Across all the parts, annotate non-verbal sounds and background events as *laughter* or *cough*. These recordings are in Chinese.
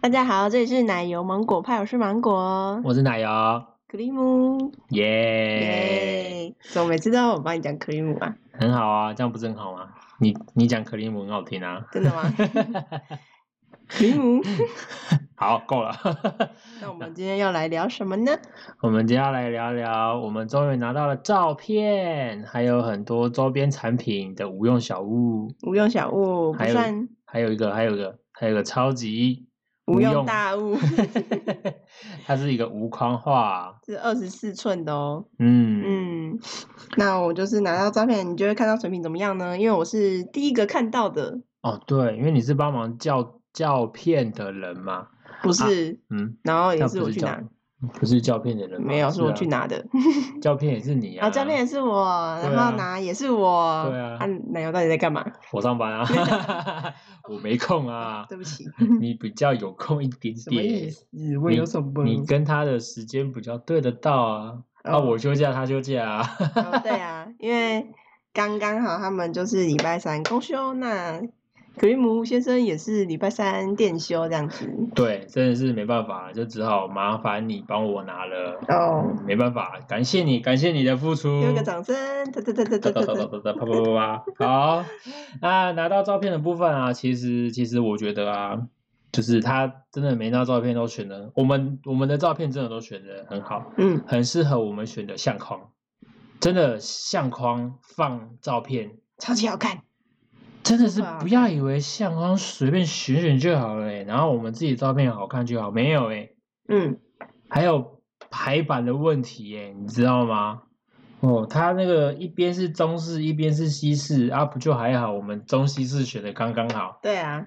大家好，这里是奶油芒果派，我是芒果，我是奶油，克里姆，耶、耶！怎么每次都要我帮你讲克里姆啊？很好啊，这样不是很好吗？你你讲克里姆很好听啊，真的 *laughs* 吗？克里姆，好，够了。 *laughs* 那我们今天要来聊什么呢？我们接下来聊聊，我们终于拿到了照片，还有很多周边产品的无用小物，无用小物不还有算还有一个，还有一个，还有一个 *laughs* 超级无用，大物，它是一个无框画，是二十四寸的哦。嗯嗯，那我就是拿到照片，你就会看到成品怎么样呢？因为我是第一个看到的，哦对，因为你是帮忙叫照片的人嘛，不是，嗯，然后也那是不我是去照拿，不是照片的人吗，没有，是我啊去拿的。照片也是你啊，啊，教练也是我，对然后啊拿也是我。对啊奶油到底在干嘛？我上 *laughs* 班啊，我没空啊，对不起，你比较有空一点什么意点，思？我有什么？你跟他的时间比较对得到啊，啊哦我休假他休假啊， *laughs* 哦对啊，因为刚刚好他们就是礼拜三公休，那克里姆先生也是礼拜三电休这样子。对，真的是没办法，就只好麻烦你帮我拿了，哦，没办法，感谢你，感谢你的付出，有一个掌声，哒哒哒哒哒哒哒哒哒哒。*laughs* 哒哒哒，啪啪啪啪啪。好，那拿到照片的部分啊，其实其实我觉得啊，就是他真的每张照片都选的，我们我们的照片真的都选的很好，嗯，很适合我们选的相框。真的相框放照片，超级好看。真的是哇不要以为相框随便选选就好了、欸，然后我们自己照片好看就好，没有哎、嗯，还有排版的问题耶，你知道吗？哦，它那个一边是中式，一边是西式，啊，不就还好？我们中西式选的刚刚好。对啊，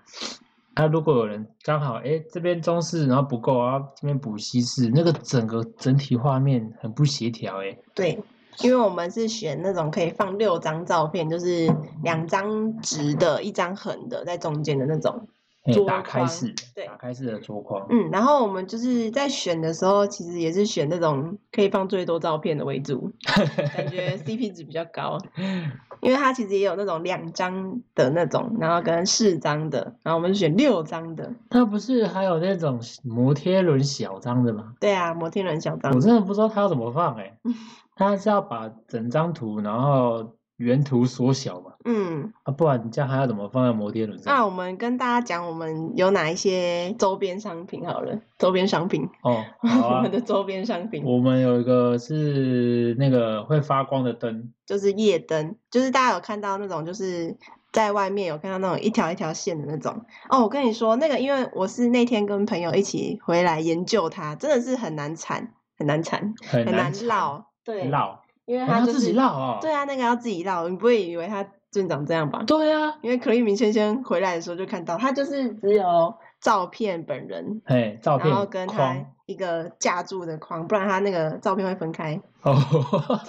啊，如果有人刚好，哎，这边中式然后不够啊，这边补西式，那个整个整体画面很不协调，哎，对。因为我们是选那种可以放六张照片，就是两张直的，一张横的，在中间的那种。诶桌嗯打开框式，对打开式的桌框，嗯，然后我们就是在选的时候，其实也是选那种可以放最多照片的为 *laughs* 主，感觉 CP 值比较高。因为它其实也有那种两张的那种，然后跟四张的，然后我们就选六张的。它不是还有那种摩天轮小张的吗？对啊，摩天轮小张嗯我。真的不知道他要怎么放哎、他是要把整张图然后原图缩小嘛？嗯，啊，不然你这样还要怎么放在摩天轮上？那我们跟大家讲我们有哪一些周边商品好了，周边商品， *laughs* 哦，好我啊们，的周边商品我们有一个是那个会发光的灯，就是夜灯，就是大家有看到那种，就是在外面有看到那种一条一条线的那种。哦，我跟你说，那个因为我是那天跟朋友一起回来研究它，真的是很难缠，很难缠，很很难难缠绕。对，绕，因为哦它他就是、自己绕哦。对啊，那个要自己绕，你不会以为它真长这样吧？对啊，因为克里米先生回来的时候就看到，他就是只有照片本人，哎，照然后片跟他框一个架住的框，不然他那个照片会分开。哦， *laughs*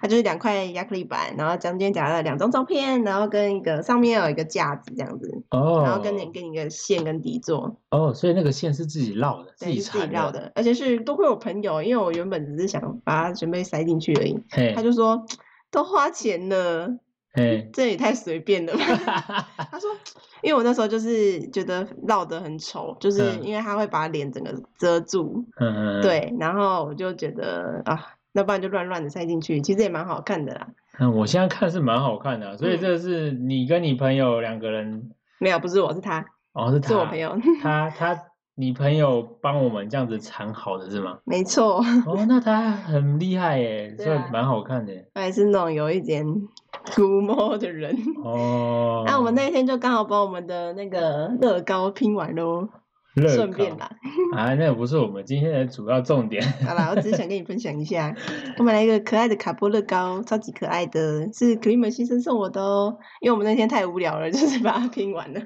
它就是两块亚克力板，然后中间夹了两张照片，然后跟一个上面有一个架子这样子，哦，然后跟你给你一个线跟底座，哦，所以那个线是自己绕的，对，是自己缠绕，的，而且是多亏我朋友，因为我原本只是想把它准备塞进去而已，嘿他，就说都花钱了， *laughs* 嘿，嗯这也太随便了吧。 *laughs* 他说，因为我那时候就是觉得绕得很丑，就是嗯因为他会把脸整个遮住，嗯，嗯，对，然后我就觉得啊，那不然就乱乱的塞进去，其实也蛮好看的啦。嗯，我现在看是蛮好看的啊，所嗯以这是你跟你朋友两个人，没有，不是我是他，哦，是他，是我朋友。 *laughs*？他他你朋友帮我们这样子缠好的是吗没错，哦，那他很厉害耶，对所以啊蛮好看的。还是那种有一点 *laughs* 古摸的人。哦，那、我们那天就刚好把我们的那个乐高拼完喽，乐顺便高啦。啊，那不是我们今天的主要重点。 *laughs* 好啦，我只是想跟你分享一下，我买了一个可爱的卡波乐高，超级可爱的，是克里门先生送我的哦。因为我们那天太无聊了，就是把它拼完了。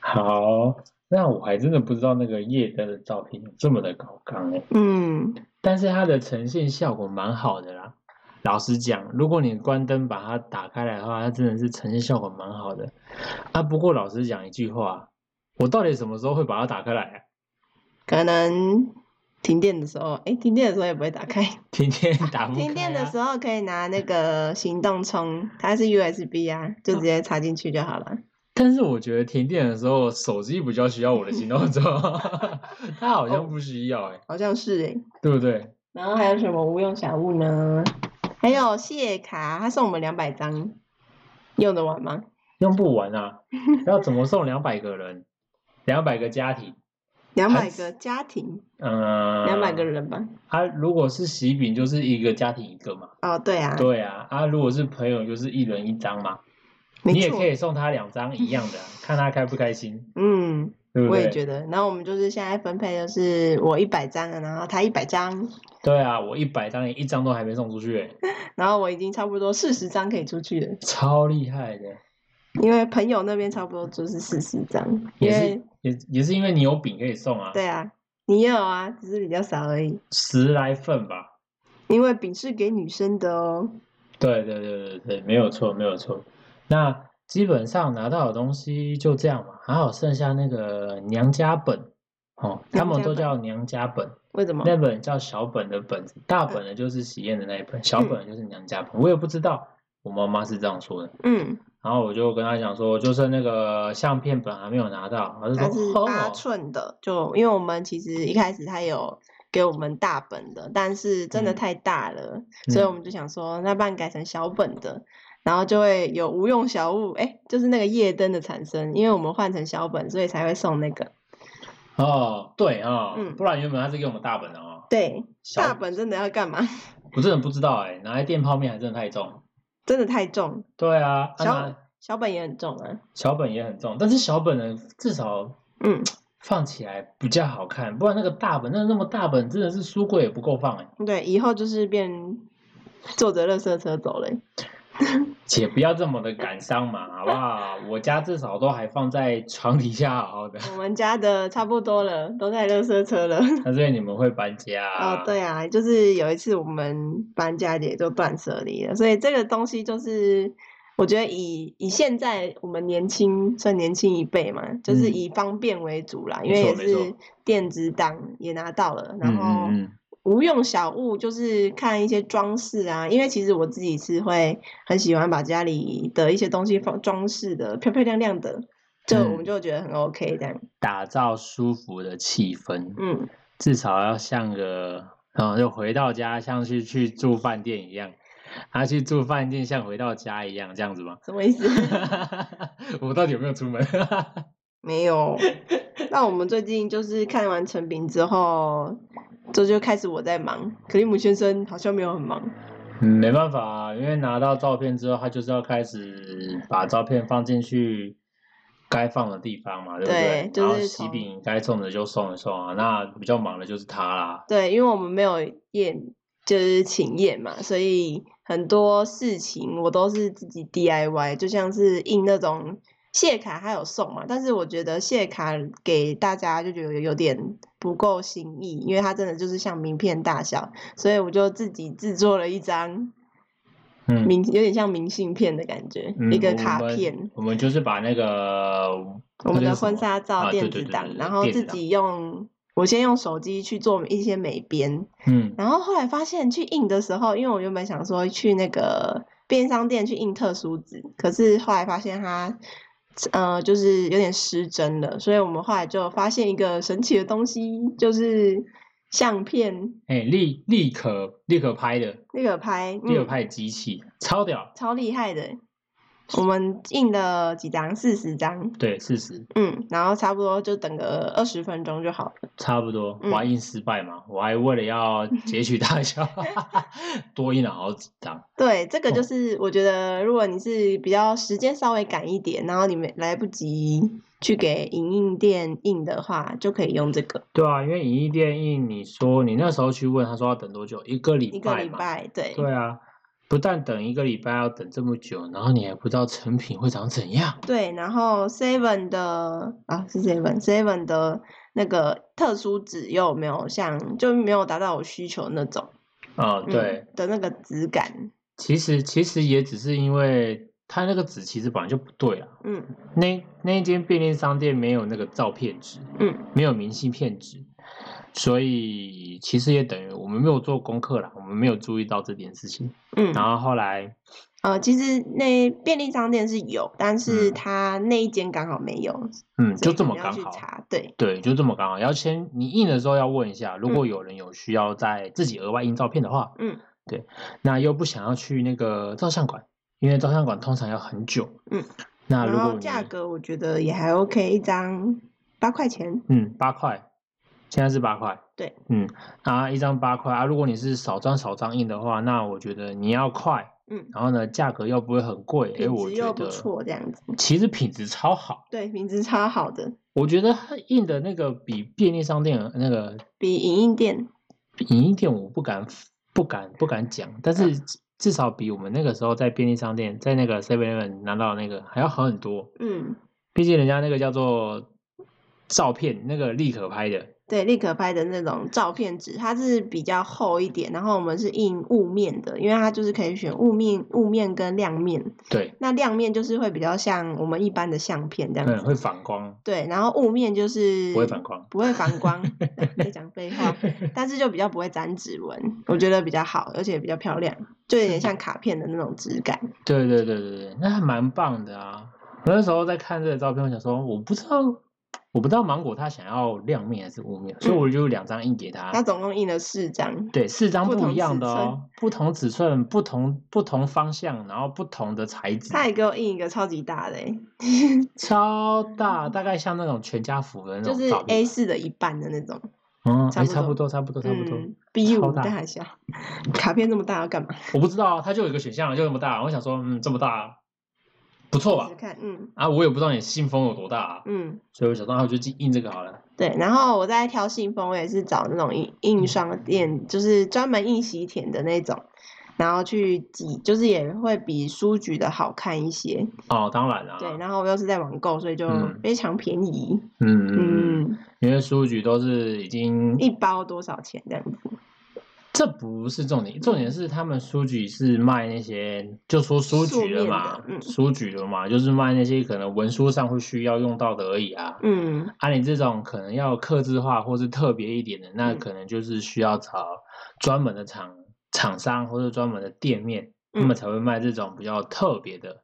好，那我还真的不知道那个夜灯的照片有这么的高纲哎，嗯，但是它的呈现效果蛮好的啦。老实讲，如果你关灯把它打开来的话，它真的是呈现效果蛮好的啊。不过老实讲一句话，我到底什么时候会把它打开来啊？可能停电的时候，哎，停电的时候也不会打开。*laughs* 天天打不开、啊。停电的时啊嗯候可以拿那个行动充，它是 USB 啊，就直接插进去就好了。但是我觉得停电的时候，手机比较需要我的行 *laughs* 动，知道吗？它好像不需要、欸，哎，好像是哎、对不对？然后还有什么无用小物呢？还有谢卡，他送我们两百张，用得完吗？用不完 *laughs* 啊，要怎么送两百个人，两百个家庭？两百个家庭，嗯，两百个。人吧。啊，如果是喜饼，就是一个家庭一个嘛。哦，对啊，对啊，啊，如果是朋友，就是一人一张嘛。你没也错可，以送他两张一样的啊、 *laughs* 看他开不开心，嗯，对不我对？也觉得。然后我们就是现在分配的是我一百张，然后他一百张，对啊，我一百张，一张都还没送出去欸、然后我已经差不多四十张可以出去了，超厉害的。因为朋友那边差不多就是四十张，因也为是也也是因为你有饼可以送啊，对啊，你也有啊，只是比较少而已，十来份吧。因为饼是给女生的哦。对对对对对，没有错没有错。那基本上拿到的东西就这样嘛，还有剩下那个娘家本哦，他娘们家都本叫娘家本，为什么？那本叫小本的本子，大本的就是喜宴的那一本，小本的就是娘家本。我也不知道，我妈妈是这样说的。嗯，然后我就跟他讲说，就剩那个相片本还没有拿到，他就它说是八哦，寸的，就因为我们其实一开始它有给我们大本的，但是真的嗯太大了，所以我们就想说，那不然改成小本的，然后就会有无用小物，哎，就是那个夜灯的产生，因为我们换成小本，所以才会送那个。哦，对哦，嗯不然原本他是给我们大本的哦，对，小大本真的要干嘛？ *laughs* 我真的不知道哎、拿来垫泡面还真的太重。真的太重，对啊，啊小拿小本也很重啊。小本也很重，但是小本呢至少嗯，放起来比较好看，不然那个大本那那么大本真的是书柜也不够放哎、对，以后就是变坐着垃圾车走了。且不要这么的感伤 *laughs* 嘛，好不好？我家至少都还放在床底下好好的， *laughs* 我们家的差不多了，都在垃圾车了。那所以你们会搬家、哦，对啊，就是有一次我们搬家也就断舍离了，所以这个东西就是我觉得以以现在我们年轻算年轻一辈嘛，就是嗯以方便为主啦，因没为也错没错是电子档也拿到了，然嗯后嗯嗯，无用小物就是看一些装饰啊，因为其实我自己是会很喜欢把家里的一些东西放装饰的漂漂亮亮的，就我嗯们就觉得很 OK 这样，打造舒服的气氛，嗯，至少要像个，然后就回到家像是去住饭店一样，他、去住饭店像回到家一样这样子吗？ *laughs* 什么意思？我到底有没有出门？没有。那我们最近就是看完成品之后，这就开始我在忙。克里姆先生好像没有很忙，嗯没办法啊，因为拿到照片之后，他就是要开始把照片放进去该放的地方嘛，对不对就是然后喜从饼该送的就送一送啊，那比较忙的就是他啦。对，因为我们没有宴，就是请宴嘛，所以很多事情我都是自己 DIY，就像是印那种谢卡，它有送嘛，但是我觉得谢卡给大家就觉得有点不够新意，因为它真的就是像名片大小，所以我就自己制作了一张嗯，明有点像明信片的感觉，嗯一个卡我们片。我们就是把那个我们那的个什么婚纱照啊对电对子对档对，对然后电子自己用我先用手机去做一些美编，嗯然后后来发现去印的时候，因为我原本想说去那个便利商店去印特殊纸，可是后来发现它。呃，就是有点失真了，所以我们后来就发现一个神奇的东西，就是相片哎、立立可立可拍的那个拍，立可嗯拍机器、超屌，超厉害的。我们印了几张，四十张，对，事实嗯，然后差不多就等个二十分钟就好了。差不多。嗯我还印失败嘛，我还为了要截取大小， *laughs* 多印了好几张。对，这个哦就是我觉得，如果你是比较时间稍微赶一点，然后你们来不及去给影印店印的话，就可以用这个对啊，因为影艺电影，你说你那时候去问，他说要等多久？一个礼一个拜礼嘛。拜。对，对啊，不但等一个礼拜要等这么久，然后你还不知道成品会长怎样。对，然后 Seven 的啊是 Seven Seven 的那个特殊纸又没有像就没有达到我需求那种，啊、嗯对，的那个质感，其实其实也只是因为他那个纸其实本来就不对啊。嗯那那一间便利商店没有那个照片纸，嗯没有明信片纸，所以其实也等于我们没有做功课啦，我们没有注意到这件事情。嗯，然后后来呃，其实那便利商店是有，但是嗯它那一间刚好没有，嗯，所就以这可么能要刚去好。查。对，对，就这么刚好。要先你印的时候要问一下，如果有人有需要在自己额外印照片的话，嗯，对，那又不想要去那个照相馆，因为照相馆通常要很久，嗯，那如然果后你价格我觉得也还 OK，一张八块钱。嗯八块，现在是八块，对，嗯啊一张八块啊，如果你是少张少张印的话，那我觉得你要快，嗯，然后呢价格又不会很贵，哎，品我质觉又不得错这样子其实品质超好。对，品质超好的，我觉得它印的那个比便利商店那个比影印店赢一点我不敢不敢不敢讲，但是嗯至至少比我们那个时候在便利商店，在那个 Seven Eleven 拿到的那个还要好很多。嗯，毕竟人家那个叫做照片，那个立可拍的，对，立可拍的那种照片纸，它是比较厚一点，然后我们是印雾面的，因为它就是可以选雾面、雾面跟亮面。对，那亮面就是会比较像我们一般的相片这样嗯，子，会反光，对，然后雾面就是不会反光。不会反光， *laughs* 对在讲废话， *laughs* 但是就比较不会沾指纹，我觉得比较好，而且比较漂亮，就有点 *laughs* 像卡片的那种质感。对对对对对，那还蛮棒的啊！我那时候在看这个照片，我想说，我不知道，我不知道芒果它想要亮面还是雾面，所以嗯我就两张印给他。它总共印了四张，对，四张不不同一样尺的哦，不同尺寸、不同不同方向，然后不同的材质。它也给我印一个超级大的、欸，超大，大概像那种全家福的那就种是照 A 片。四的一半的那种，嗯，差哎不差不多，多差不多，差不多。嗯，B 超五大但还小，卡片这么大要干嘛？我不知道啊，它就有一个选项，就这么大。我想说，嗯，这么大，不错吧试试？看，嗯啊，我也不知道你信封有多大、啊，嗯，所以我想说，啊，我就印印这个好了。对。然后我在挑信封，我也是找那种印印嗯刷店，就是专门印喜帖的那种，然后去挤，就是也会比书局的好看一些。哦，当然啦、对，然后我又是在网购，所以就嗯非常便宜，嗯嗯嗯，嗯，因为书局都是已经，一包多少钱这样子？这不是重点，重点是他们书局是卖那些，就说书素局了面嘛的，嗯书局了嘛，就是卖那些可能文书上会需要用到的而已啊。嗯，按你这种可能要刻字化或是特别一点的，那嗯可能就是需要找专门的厂厂商或者专门的店面，那么嗯才会卖这种比较特别的、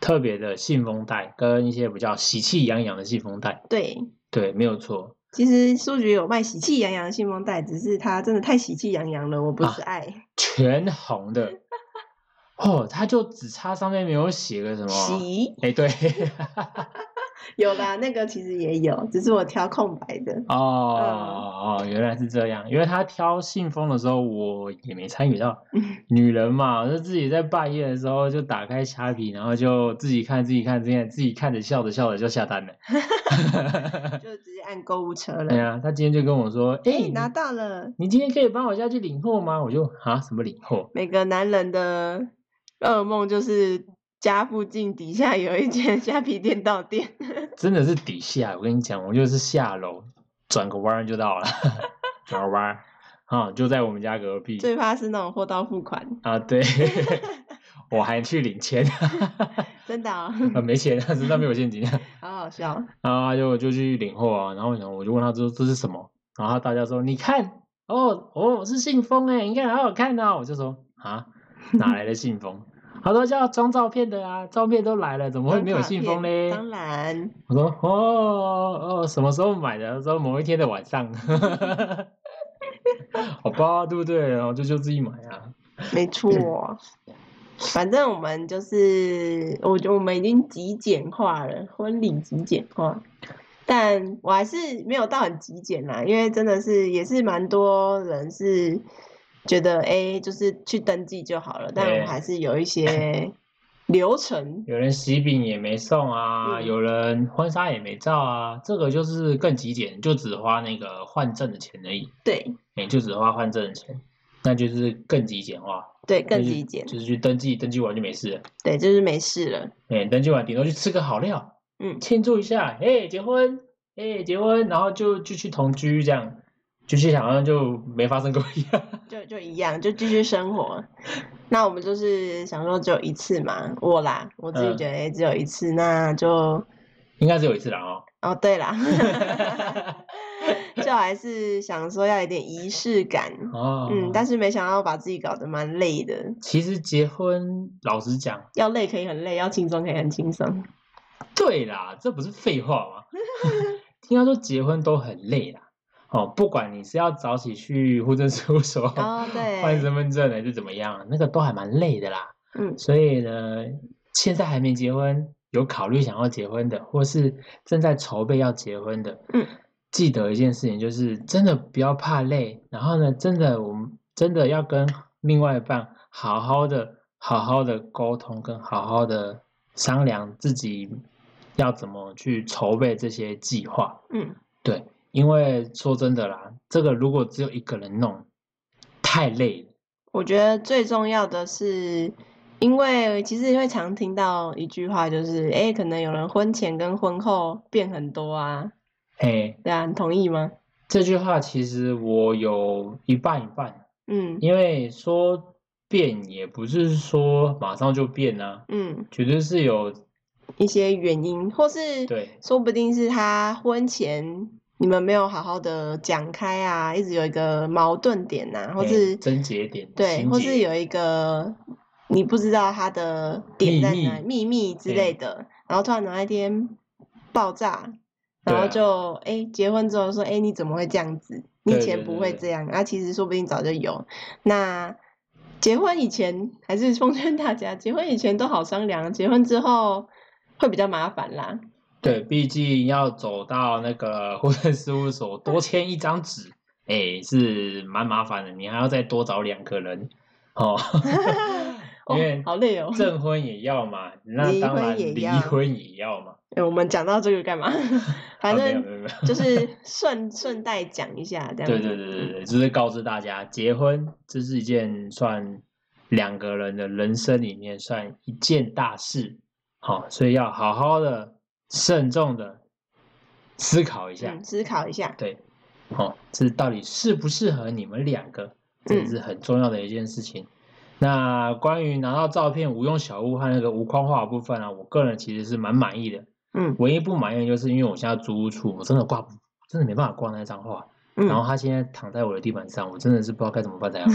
特别的信封袋跟一些比较喜气洋洋的信封袋。对。对，没有错。其实书局有卖喜气洋洋的信封袋，只是它真的太喜气洋洋了，我不啊是爱。全红的， *laughs* 哦，它就只差上面没有写个什么。喜哎，对， *laughs* 有啦，那个其实也有，只是我挑空白的。哦哦，原来是这样。因为他挑信封的时候，我也没参与到。嗯 *laughs* 女人嘛，就自己在半夜的时候就打开虾皮，然后就自己看、自己看、自己看，自己看着笑着笑着就下单了。就直接按购物车了。对哎呀，他今天就跟我说：“哎、哎、你拿到了！你今天可以帮我下去领货吗？”我就啊，什么领货？每个男人的噩梦就是家附近底下有一间虾皮店到店，真的是底下，我跟你讲，我就是下楼转个弯儿就 *laughs* 到了，转个弯儿啊，就在我们家隔壁最怕是那种货到付款，啊。 *laughs* 对，我还去领钱。 *laughs* 真的、哦， *laughs* 啊，没钱，身上没有现金，然好好笑。哦后他就就去领货啊，然后然后我就问他说这是什么，然后他大家说你看，哦哦是信封哎，你看好好看哦，我就说啊哪来的信封？他说叫装照片的啊，照片都来了，怎么会没有信封嘞？当然，我说哦哦，什么时候买的？他说某一天的晚上， *laughs* 好吧，对不对？然后就就自己买啊，没错。反正我们就是，我觉得我们已经极简化了，婚礼极简化。但我还是没有到很极简啦，因为真的是也是蛮多人是觉得，哎、就是去登记就好了。但对我还是有一些流程，有人喜饼也没送啊，嗯有人婚纱也没照啊，这个就是更极简，就只花那个换证的钱而已，对也就只花换证的钱，那就是更极简化，对，更就是极简，就是去登记，登记完就没事了，对，就是没事了。哎，登记完顶多去吃个好料，嗯庆祝一下，哎，结婚，哎，结婚，然后就就去同居这样，就是好像就没发生过一样，就就一样，就继续生活。那我们就是想说只有一次嘛，我啦，我自己嗯觉得、哎诶只有一次，那就 *laughs* 应该只有一次了哦，哦对啦，就还是想说要有点仪式感，哦，嗯，但是没想到把自己搞得蛮累的，其实结婚，老实讲，要累可以很累，要轻松可以很轻松，对啦，这不是废话吗？ *laughs* 听他说结婚都很累啦，哦，不管你是要早起去户政事务所、哦对换身份证还是怎么样，那个都还蛮累的啦。嗯，所以呢，现在还没结婚，有考虑想要结婚的，或是正在筹备要结婚的，嗯，记得一件事情，就是真的不要怕累，然后呢，真的我们真的要跟另外一半好好的、好好的沟通，跟好好的商量自己要怎么去筹备这些计划。嗯，对，因为说真的啦，这个如果只有一个人弄，太累了。我觉得最重要的是，因为其实会常听到一句话，就是哎，诶可能有人婚前跟婚后变很多啊，哎，对啊，你同意吗？这句话其实我有一半一半，嗯因为说变也不是说马上就变啊，嗯，绝对是有一些原因，或是对说不定是他婚前你们没有好好的讲开啊，一直有一个矛盾点呐、或哎是症结点，对，情或节是有一个你不知道他的点在哪，秘密之类的，然后突然哪一天爆炸，对然后啊就哎、诶结婚之后说哎、诶你怎么会这样子？你以对前对不对会对这样，啊，其实说不定早就有。那结婚以前还是奉劝大家，结婚以前都好商量，结婚之后会比较麻烦啦。对，毕竟要走到那个户政事务所多签一张纸，哎，是蛮麻烦的，你还要再多找两个 *laughs*，人哦哦因为，好累哦。证婚也要嘛，那离当婚然也离要婚也要嘛，哎、我们讲到这个干嘛？ *laughs* 反啊没有正没有没有。就是顺顺带讲一下这样子。嗯对对对对对，就是告知大家，结婚这是一件算两个人的人生里面算一件大事，好、所以要好好的、慎重的思考一下，嗯，思考一下。对，好、这到底适不适合你们两个，这嗯是很重要的一件事情。那关于拿到照片无用小物和那个无框画的部分啊，我个人其实是蛮满意的。嗯唯一不满意的就是因为我现在租屋处，我真的挂不，真的没办法挂那张画。然后嗯，他现在躺在我的地板上，我真的是不知道该怎么办才好。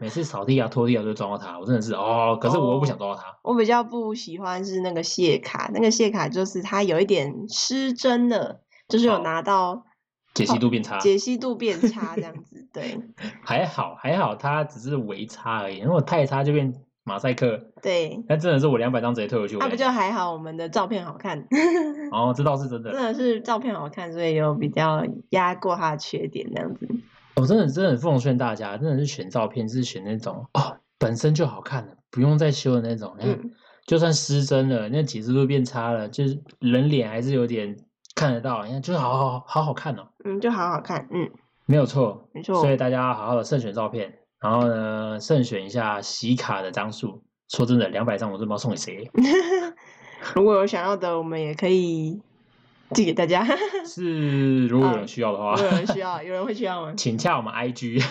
每次扫地啊、拖地啊都撞到他，我真的是哦，可是我又不想撞到他。我比较不喜欢是那个谢卡，那个谢卡就是它有一点失真了，就是有哦啊拿到解析度变差，解析度变差这样子。对还好还好，他只是微差而已。如果太差就变马赛克，对，那真的是我两百张直接退回去。我那、跟啊不你就讲还好？我们的照片好看，哦，这倒是真真的。的是照片好看，所以有比较压过它的缺点这样子。我、真的真的奉劝大家，真的是选照片是选那种哦本身就好看的，不用再修的那种。嗯就算失真了，那解析度变差了，就是人脸还是有点看得到，你看就是好好好好看哦。嗯，就好好看。嗯，没有错，没错所以大家好好的慎选照片，然后呢，慎选一下洗卡的张数。说真的，两百张我都不知道送 *laughs* 给谁，如果有想要的，我们也可以寄给大家。如是如果有嗯人需要的话，果有人需要，有人会需要吗？ *laughs* 请洽我们 *laughs* IG。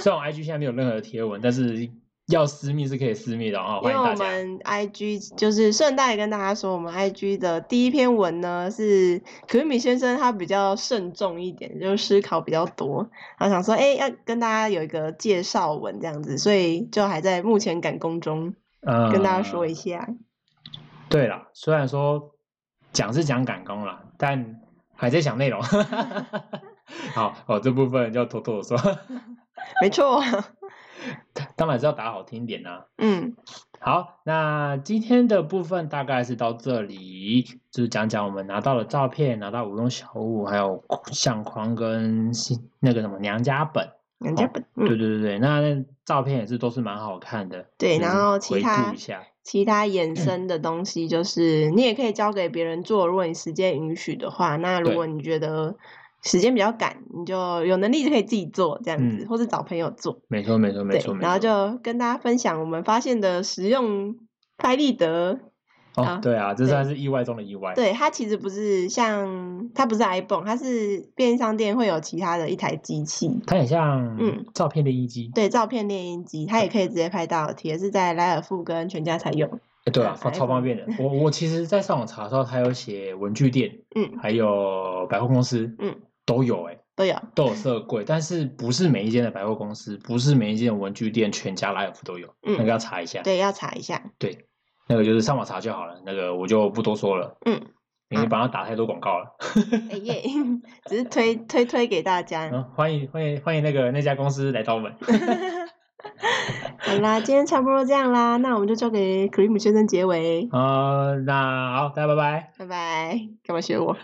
虽然我 IG 现在没有任何的贴文，但是要私密是可以私密的哦，因欢为迎我大家。们 IG 就是顺带跟大家说，我们 IG 的第一篇文呢是可米先生他比较慎重一点，就是思考比较多，然后想说，哎、要跟大家有一个介绍文这样子，所以就还在目前赶工中，呃跟大家说一下。嗯对啦，虽然说讲是讲赶工啦，但还在想 *laughs* 内容。好，哦，这部分就偷偷地说，没错，当然是要打好听点啊啦、嗯，好，那今天的部分大概是到这里，就是讲讲我们拿到的照片、拿到五用小物，还有相框跟新那个什么娘家本。人家本嗯，对对对对，那照片也是都是蛮好看的。对就是然后其回他顾一下，其他嗯衍生的东西就是你也可以交给别人做，如果你时间允许的话，那如对果你觉得。时间比较赶，你就有能力就可以自己做这样子，嗯或是找朋友做。没错没错没对，错没错。然后就跟大家分享我们发现的实用拍立得。啊哦，对啊，这对算是意外中的意外。对，它其实不是像它不是 iPhone，它是便利商店会有其他的一台机器。它很像嗯照片的一机。对，照片猎鹰机，它也可以直接拍到，也是在莱尔富跟全家才有。诶对啊，对超方便的。我我其实，在上网查到，它有写文具店，嗯还有百货公司，嗯，都有哎、都有。都有设柜，但是不是每一间的百货公司，不是每一间的文具店，全家、莱尔富都有，嗯那个要查一下。对，要查一下。对，那个就是上网查就好了，那个我就不多说了。嗯，因为帮他打太多广告了。哎耶，只是推推推给大家。嗯，欢迎欢迎欢迎那个那家公司来找 *laughs* 我们。好啦，今天差不多这样啦，那我们就交给 Cream 先生结尾，呃啊、那好，大家拜拜。拜拜。干嘛学我？